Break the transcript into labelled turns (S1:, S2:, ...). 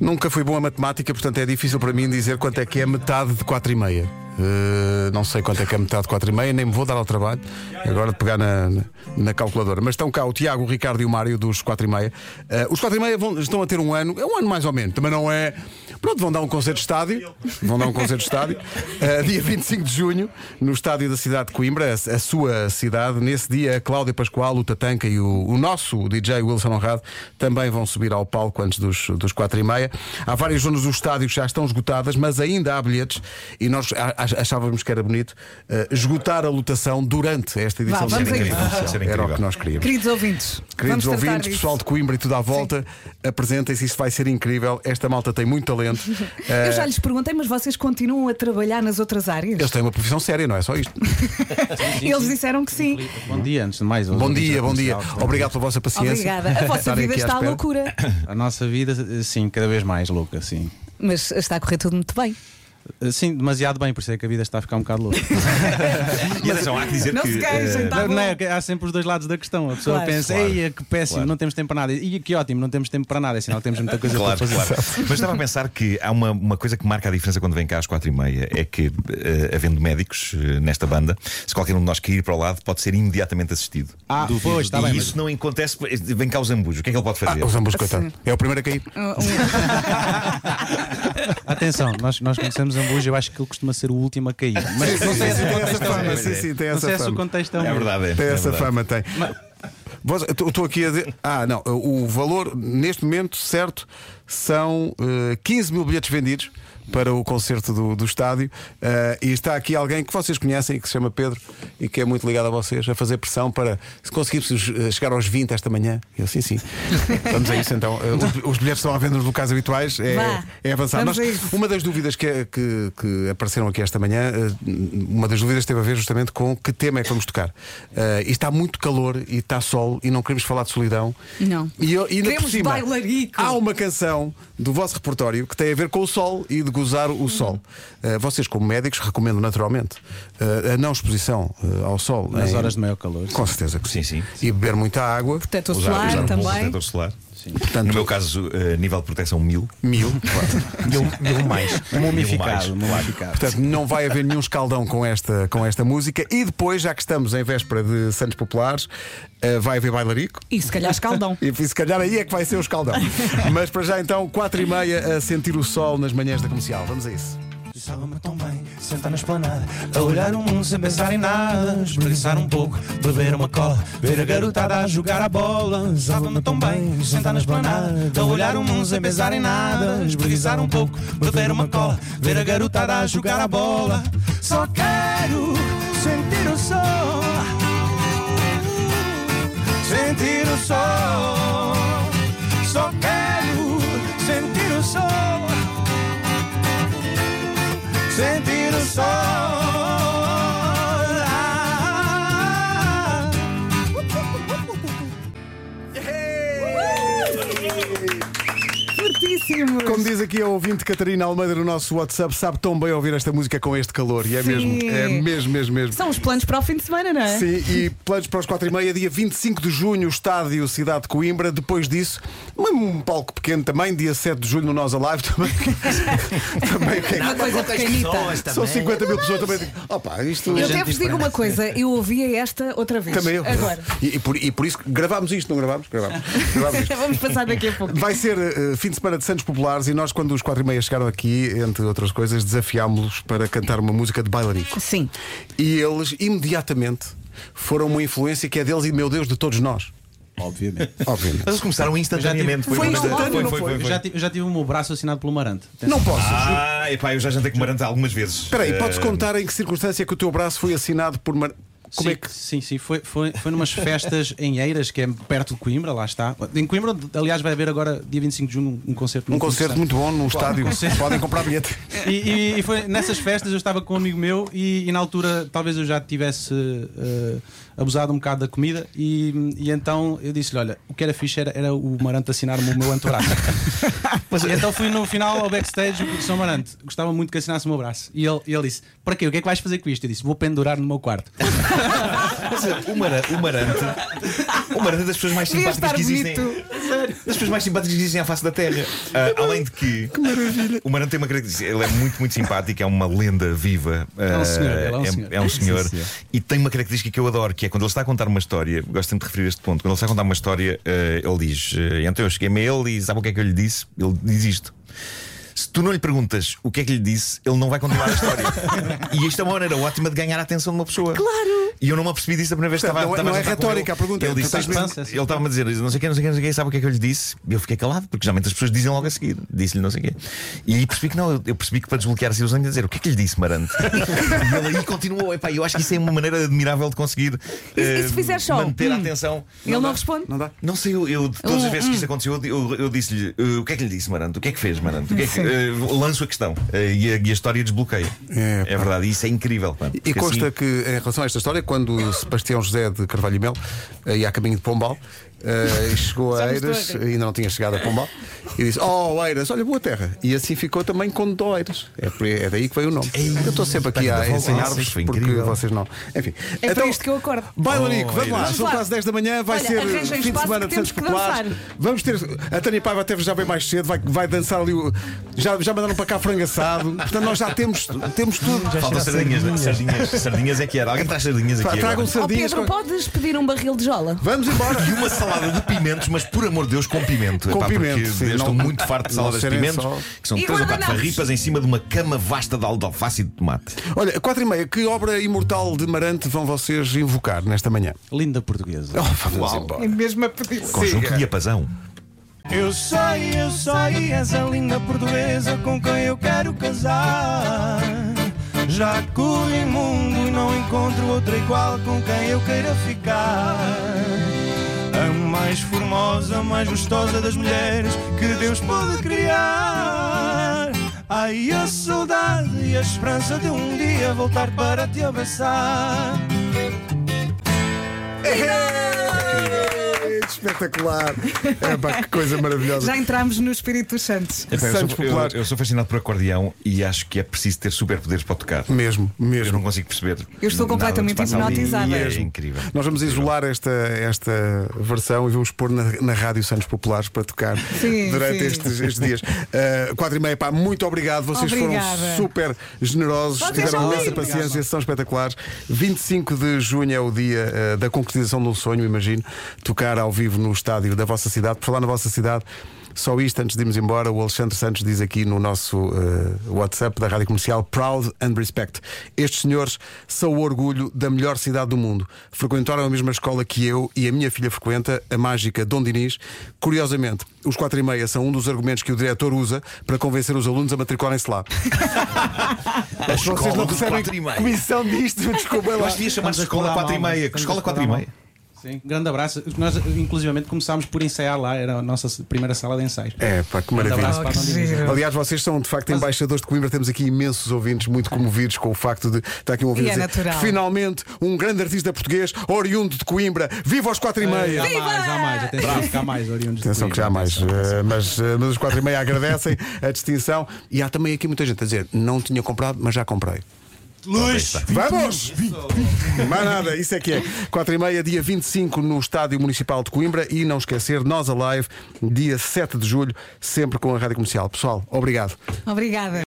S1: Nunca fui bom a matemática, portanto é difícil para mim dizer quanto é que é metade de 4 e meia. Eh, não sei quanto é que é metade de 4 e meia, nem me vou dar ao trabalho agora de pegar na, na- na calculadora. Mas estão cá o Tiago, o Ricardo e o Mário dos 4 e meia. Eh, os 4 e meia vão- estão a ter um ano, é um ano mais ou menos, também não é. Pronto, vão dar um concerto de estádio. Vão dar um concerto de estádio. Eh, dia 25 de junho, no estádio da cidade de Coimbra, a, a sua cidade. Nesse dia, a Cláudia Pascoal, o Tatanca e o, o nosso DJ Wilson Honrado também vão subir ao palco antes dos, dos 4 e meia. Há várias zonas do estádio que já estão esgotadas, mas ainda há bilhetes e nós a- a- achávamos que era bonito eh, esgotar a lotação durante esta edição
S2: Vá,
S1: da
S2: vamos a
S1: Liga
S2: isso.
S1: Comercial.
S3: Ser incrível.
S1: Era o que nós queríamos.
S2: Queridos ouvintes,
S1: Queridos
S2: vamos tratar
S1: ouvintes,
S2: disso.
S1: pessoal de Coimbra e tudo à volta, apresentem-se, isso vai ser incrível. Esta malta tem muito talento. Eh,
S2: Eu já lhes perguntei, mas vocês continuam a trabalhar nas outras áreas?
S1: eles têm uma profissão séria, não é só isto.
S2: Eles disseram que sim.
S4: Bom dia, antes de mais. aos
S1: Bom
S4: ouvintes
S1: dia,
S4: da
S1: bom dia.
S4: comercial.
S1: Obrigado pela vossa paciência.
S2: Obrigada. A vossa
S1: Estarem
S2: vida
S1: aqui à
S2: está à
S1: espera.
S2: loucura,
S4: A nossa vida, sim, cada vez mais louca, sim.
S2: mas está a correr tudo muito bem.
S4: Sim, demasiado bem, por isso é que a vida está a ficar um bocado louca.
S3: E atenção, há que dizer
S2: Não
S3: que.
S2: se queixem,
S3: eh,
S2: tá
S4: não,
S2: bom.
S4: é, que há sempre os dois lados da questão. A pessoa
S2: Claro.
S4: pensa,
S3: Claro.
S4: ei, que péssimo,
S3: Claro.
S4: não temos tempo para nada. E que ótimo, não temos tempo para nada, é sinal que temos muita coisa
S3: Claro,
S4: para fazer.
S3: claro. Mas estava a pensar que há uma, uma coisa que marca a diferença quando vem cá às quatro e meia é que, eh, havendo médicos eh, nesta banda, se qualquer um de nós cair para o lado, pode ser imediatamente assistido.
S4: Ah, pois, está
S3: e
S4: bem.
S3: isso não acontece. Vem cá o Zambujo, o que é que ele pode
S1: Ah,
S3: fazer?
S1: os ambos, coitado. É o primeiro a cair.
S2: Um
S4: mas- Atenção, nós, nós conhecemos Zambuja, eu acho que ele costuma ser o último a cair. Mas não sei se o contexto é o
S1: fama.
S4: mesmo.
S1: Sim, sim, tem
S4: Não
S1: essa
S4: sei se o
S1: fama.
S4: contexto é o
S3: É
S4: mesmo.
S3: verdade, é.
S1: Tem
S3: é
S1: essa
S3: verdade.
S1: fama, tem. Vós- eu Estou aqui a dizer. Ah, não. O valor, neste momento, certo, são eh, 15 mil bilhetes vendidos para o concerto do, do estádio. Eh, e está aqui alguém que vocês conhecem, que se chama Pedro e que é muito ligado a vocês, a fazer pressão para se conseguirmos eh, chegar aos 20 esta manhã. Eu, sim, sim. Vamos a isso então. Eh, os- os bilhetes estão à venda nos locais habituais. É,
S2: Vá.
S1: é avançar.
S2: Vamos
S1: Nós-
S2: a isso.
S1: uma das dúvidas que, que- que apareceram aqui esta manhã, eh, uma das dúvidas teve a ver justamente com que tema é que vamos tocar. Eh, e está muito calor e está sol e não queremos falar de solidão.
S2: Não.
S1: E, eu- e ainda por
S2: Queremos
S1: cima,
S2: bailarico.
S1: há uma canção do vosso repertório que tem a ver com o sol e de gozar o sol. Eh, vocês, como médicos, recomendo naturalmente eh, a não exposição eh, ao sol.
S4: Nas
S1: em-
S4: horas de maior calor.
S1: Com certeza que sim.
S3: Sim, sim.
S1: E beber muita água.
S2: Protetor
S3: Usar- usar
S2: solar
S3: um bom
S2: também.
S3: protetor solar.
S1: Portanto-
S3: no meu caso, eh, nível de proteção mil.
S1: Mil.
S3: Mil, mais.
S4: Mumificado, mumificado.
S1: Portanto, não vai haver nenhum escaldão com esta, com esta música. E depois, já que estamos em véspera de Santos Populares, eh, vai haver bailarico.
S2: E se calhar escaldão.
S1: E se calhar aí é que vai ser o escaldão. Mas para já então, 4 e meia a sentir o sol nas manhãs da comercial. Vamos a isso.
S5: Estava-me tão bem, sentar na esplanada A olhar o mundo sem pensar em nada Espreguiçar um pouco, beber uma cola Ver a garotada a jogar a bola Estava-me tão bem, sentar na esplanada A olhar o mundo sem pensar em nada Espreguiçar um pouco, beber uma cola Ver a garotada a jogar a bola Só quero sentir o sol Sentir o sol Só quero sentir o sol sentir o sol. Ah,
S2: Fortíssimos.
S1: Como diz aqui a ouvinte Catarina Almeida no nosso WhatsApp, sabe tão bem ouvir esta música com este calor. E é
S2: Sim.
S1: mesmo, é mesmo, mesmo, mesmo.
S2: São os planos para o fim de semana, não é?
S1: Sim, e planos para os 4 e meia, dia 25 de junho, estádio Cidade de Coimbra. Depois disso, um palco pequeno também, dia 7 de julho no Nós Alive. Também, também o que é que-
S2: Uma coisa pequenita.
S1: São 50 mil pessoas também. Opa, isto. é
S2: Eu até vos digo uma coisa, eu ouvia esta outra vez.
S1: Também eu.
S2: Agora.
S1: E, e por, e por isso que gravámos isto, não gravámos? Gravámos. gravámos isto.
S2: Vamos passar daqui a pouco.
S1: Vai ser eh, fim de semana de Santos Populares e nós, quando os 4 e meia chegaram aqui, entre outras coisas, desafiámos-los para cantar uma música de bailarico.
S2: Sim.
S1: E eles, imediatamente, foram uma influência que é deles e, meu Deus, de todos nós.
S4: Obviamente.
S1: Obviamente.
S3: Mas eles começaram instantaneamente.
S1: Foi
S3: uma-
S1: instantâneo, não foi?
S4: Eu já tive, eu já tive o meu braço assinado pelo Marante.
S1: Não posso.
S3: Ah, epá, eu já jantei com Maranta algumas vezes.
S1: Espera aí,
S3: Eh,
S1: podes contar em que circunstância que o teu braço foi assinado por. Mar... Como
S4: sim,
S1: é que.
S4: sim, sim, foi, foi, foi numas festas em Eiras, que é perto de Coimbra, lá está. Em Coimbra, onde, aliás, vai haver agora, dia 25 de junho, um concerto
S1: Um
S4: muito
S1: concerto
S4: interessante.
S1: muito bom num estádio. Podem comprar bilhete.
S4: E, e- e foi nessas festas eu estava com um amigo meu e, e na altura talvez eu já tivesse eh, abusado um bocado da comida e, e então eu disse-lhe, olha, o que era fixe era, era o Marante assinar-me o meu antebraço. Mas, e então fui no final ao backstage do São Marante, gostava muito que assinasse o meu braço. E ele, e ele disse, para quê? O que é que vais fazer com isto? Eu disse, vou pendurar no meu quarto.
S3: Mas, eh, o, Mara- o Marante. O Marante é das pessoas mais
S2: Devia
S3: simpáticas
S2: estar
S3: que existem.
S2: bonito.
S4: sério.
S3: das pessoas mais simpáticas que existem à face da Terra. Ah, além de que, o Marante tem uma característica. Ele é muito, muito simpático, é uma lenda viva.
S4: um
S3: Ah,
S4: senhor, ele é um senhor.
S3: é um senhor.
S4: Sim, senhor.
S3: E tem uma característica que eu adoro, que é quando ele está a contar uma história. Gosto tanto de referir este ponto. Quando ele está a contar uma história, ah, ele diz: ah, Então eu cheguei-me a ele e sabe o que é que eu lhe disse? Ele diz isto. Se tu não lhe perguntas o que é que lhe disse, ele não vai continuar a história. e isto é uma maneira ótima de ganhar a atenção de uma pessoa. Claro! E eu não me apercebi disso a primeira vez que
S1: Portanto,
S3: estava
S1: não é-
S3: estava
S1: não é
S3: jantar com
S1: retórica
S3: ele.
S1: a pergunta,
S3: Ele
S1: é
S3: disse,
S1: totalmente-
S3: "Mas ele estava-me a dizer, não sei o quê, não sei o quê, não sei o quê, sabe o que é que eu lhe disse? E eu fiquei calado, porque geralmente as pessoas dizem logo a seguir. Disse-lhe não sei o quê. E aí percebi que não, eu- eu percebi que para desbloquear a situação ia dizer o que é que lhe disse, Marante? e ele aí continuou, epá, eu acho que isso é uma maneira admirável de conseguir
S2: e se
S3: eh,
S2: fizer só?
S3: manter a
S2: Hum.
S3: atenção.
S2: Ele não
S3: dá.
S2: responde.
S1: Não dá?
S3: Não sei, eu, eu- de todas
S2: Um,
S3: as vezes que isso aconteceu, eu, eu- eu disse-lhe eh, o que é que lhe disse, Maranto? O que é que fez, Maranto? O que é que-
S2: Sim.
S3: eh, lanço a questão eh, e, a, e a história desbloqueia.
S1: É, pá.
S3: verdade, isso é incrível. pá,
S1: E
S3: porque
S1: consta
S3: assim-
S1: que, em relação a esta história, quando o Sebastião José de Carvalho e Mel eh, ia a caminho de Pombal, eh, e chegou a
S2: Já me estou a
S1: Eiras,
S2: rir.
S1: ainda não tinha chegado a Pombal, e disse: Oh, Eiras, olha, boa terra. E assim ficou também Conde do Eiras. É, por- é daí que veio o nome. Eu estou sempre aqui
S3: pá,
S1: a
S3: ainda
S1: ensinar-vos
S3: voltas, foi
S1: porque
S3: é incrível.
S1: vocês não. Enfim.
S2: É para isto que eu acordo.
S1: Baila, Nico, vamos lá,
S3: Eiras.
S1: são
S2: Vamos lá.
S1: quase 10 da manhã, vai
S2: Olha,
S1: ser eh,
S2: arranjem
S1: fim de
S2: espaço
S1: semana
S2: que
S1: de
S2: temos
S1: Santos
S2: que
S1: Populares.
S2: dançar.
S1: Vamos ter. A Tânia Paiva teve já bem mais cedo, vai, vai dançar ali. o- Já, já mandaram para cá frango assado. Portanto, nós já temos, temos tudo.
S3: Faltam sardinhas, né? sardinhas. Sardinhas é que era. Alguém traz sardinhas
S1: Pá,
S3: aqui é?
S1: Tragam
S3: agora.
S2: Ó
S1: sardinhas.
S2: Oh, Pedro,
S1: com-
S2: podes pedir um barril de jola?
S1: Vamos embora.
S3: E uma salada de pimentos, mas por amor de Deus, com pimento.
S1: Com
S3: Epá, porque
S1: pimento, sim,
S3: eu estou
S1: não-
S3: muito farto de
S1: não
S3: saladas de
S1: serem
S3: pimentos,
S1: só-
S3: que são
S2: E
S3: três ou quatro
S2: guardanapos.
S3: farripas em cima de uma cama vasta de al- de alface e de tomate.
S1: Olha, 4 e meia, que obra imortal de Marante vão vocês invocar nesta manhã?
S4: Linda portuguesa.
S1: Oh, vamos embora.
S2: É mesmo a pedir.
S3: Conjunto de apazão.
S5: Eu sei, eu sei, és a linda portuguesa com quem eu quero casar. Já corri o mundo e não encontro outra igual com quem eu queira ficar. A mais formosa, a mais gostosa das mulheres que Deus pôde criar. Ai, a saudade e a esperança de um dia voltar para te abraçar.
S1: Espetacular. É, pá, que coisa maravilhosa.
S2: Já entramos no Espírito Santos.
S3: Epá, eu,
S1: Santos
S3: sou, eu-
S1: Populares.
S3: eu sou fascinado por acordeão e acho que é preciso ter superpoderes para tocar.
S1: Mesmo,
S3: Eu
S1: mesmo.
S3: não consigo perceber.
S2: Eu estou
S3: nada do que
S2: completamente
S3: se passa ali.
S2: hipnotizada.
S3: É incrível.
S1: Nós vamos isolar esta, esta versão e vamos pôr na, na Rádio Santos Populares para tocar
S2: Sim,
S1: durante
S2: sim.
S1: Estes, estes dias. 4 e meia, pá, muito obrigado. Vocês foram
S2: Obrigada.
S1: super generosos,
S2: Vocês
S1: tiveram
S2: são
S1: imensa
S2: lindos.
S1: paciência, são espetaculares. 25 de junho é o dia eh, da concretização de um sonho, imagino. Tocar ao vivo no estádio da vossa cidade. Por falar na vossa cidade. Só isto antes de irmos embora, o Alexandre Santos diz aqui no nosso eh, WhatsApp da Rádio Comercial Proud and Respect. Estes senhores são o orgulho da melhor cidade do mundo. Frequentaram a mesma escola que eu e a minha filha frequenta, a mágica Dom Dinis. Curiosamente, os quatro e meia são um dos argumentos que o diretor usa para convencer os alunos a matricularem-se lá.
S3: Vocês
S1: Vocês não recebem comissão disto, desculpa lá.
S3: Nós devíamos chamar
S4: Estamos a
S3: escola
S4: escolar
S3: 4 e
S4: mal,
S3: meia.
S4: estamos a
S3: Escola
S4: escolar
S3: 4 e
S4: mal.
S3: meia.
S4: Sim, grande abraço. Nós, inclusivamente, começámos por ensaiar lá, era a nossa primeira sala de ensaios.
S1: É, pá, que
S4: Grande
S1: maravilha.
S4: abraço para a
S2: Oh, que
S4: Dona Inês.
S2: giro.
S1: Aliás, vocês são de facto embaixadores de Coimbra. Temos aqui imensos ouvintes muito comovidos com o facto de estar aqui um ouvinte
S2: E
S1: a
S2: é
S1: dizer,
S2: natural.
S1: finalmente um grande artista português, oriundo de Coimbra. Viva aos quatro e meia!
S4: Há
S2: É.
S4: mais, há mais, atenção que há mais, oriundos. de
S1: Atenção que já há mais,
S4: Coimbra.
S1: eh, mas, eh, mas os quatro e meia agradecem a distinção e há também aqui muita gente a dizer não tinha comprado, mas já comprei.
S5: Luz!
S1: Vamos! Mais nada, isso é que é. 4 e meia, dia 25, no Estádio Municipal de Coimbra. E não esquecer, nós a live, dia 7 de julho, sempre com a Rádio Comercial. Pessoal, obrigado.
S2: Obrigada.